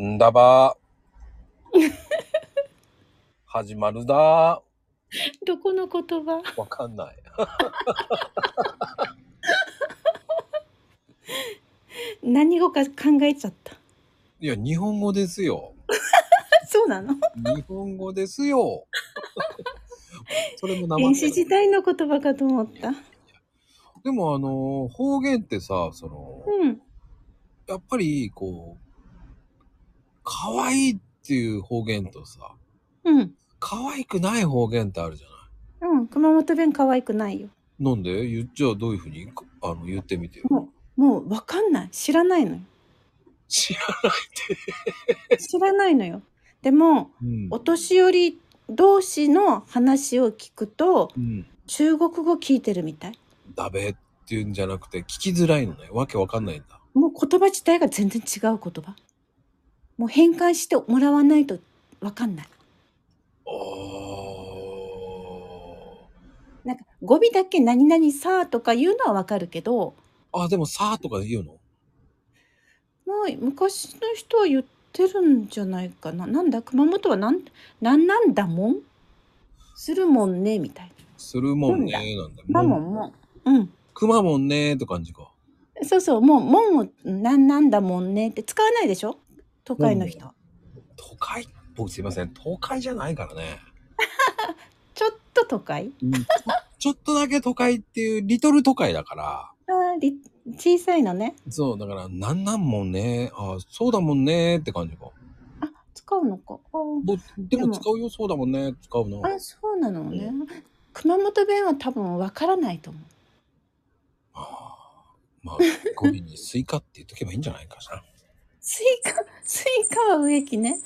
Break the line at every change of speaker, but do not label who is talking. んだばー。始まるだ
どこの言葉
ー。わかんない。
何語か考えちゃった。
いや、日本語ですよ。
そうなの
日本語ですよ。それも生
原始時代の言葉かと思った。
でもあの、方言ってさ、その、
うん。
やっぱりこう、可愛いっていう方言とさ、
うん。
可愛くない方言ってあるじゃない。
うん。熊本弁可愛くないよ。
なんで言っちゃあどういうふうにあの言ってみてよ。
もう、もうわかんない。知らないのよ。
知ら
知らないのよ。でも、
うん
お年寄り同士の話を聞くと、
うん。
中国語聞いてるみたい。
だべって言うんじゃなくて聞きづらいのね。わけわかんないんだ。
もう言葉自体が全然違う言葉。もう変換してもらわないとわかんない。
お
なんか語尾だけ何々さあとか言うのはわかるけど、
ー。あ、でもさーとか言うの
もう昔の人は言ってるんじゃないかな。なんだ熊本はなん、なんなんだもんするもんねみたい
するもんねーなんだ。
な。だもんも。うん。
くまモンねーって感じか。
そうそう、もう、もんをなんなんだもんねって使わないでしょ都会の人。
都会僕すいません。都会じゃないからね。
ちょっと都会
ちょ ちょっとだけ都会っていうリトル都会だから。
あーり小さいのね。
そう、だから、なんなんもんね。あそうだもんねって感じか。
あ、使うのか。あー
ぼで
で
も
も
使うよ、そうだもんね。使うの。
あそうなのね、熊本弁は多分わからないと思う
あーまあ、語尾にスイカって言っとけばいいんじゃないかしら。
スイカスイカは植木ね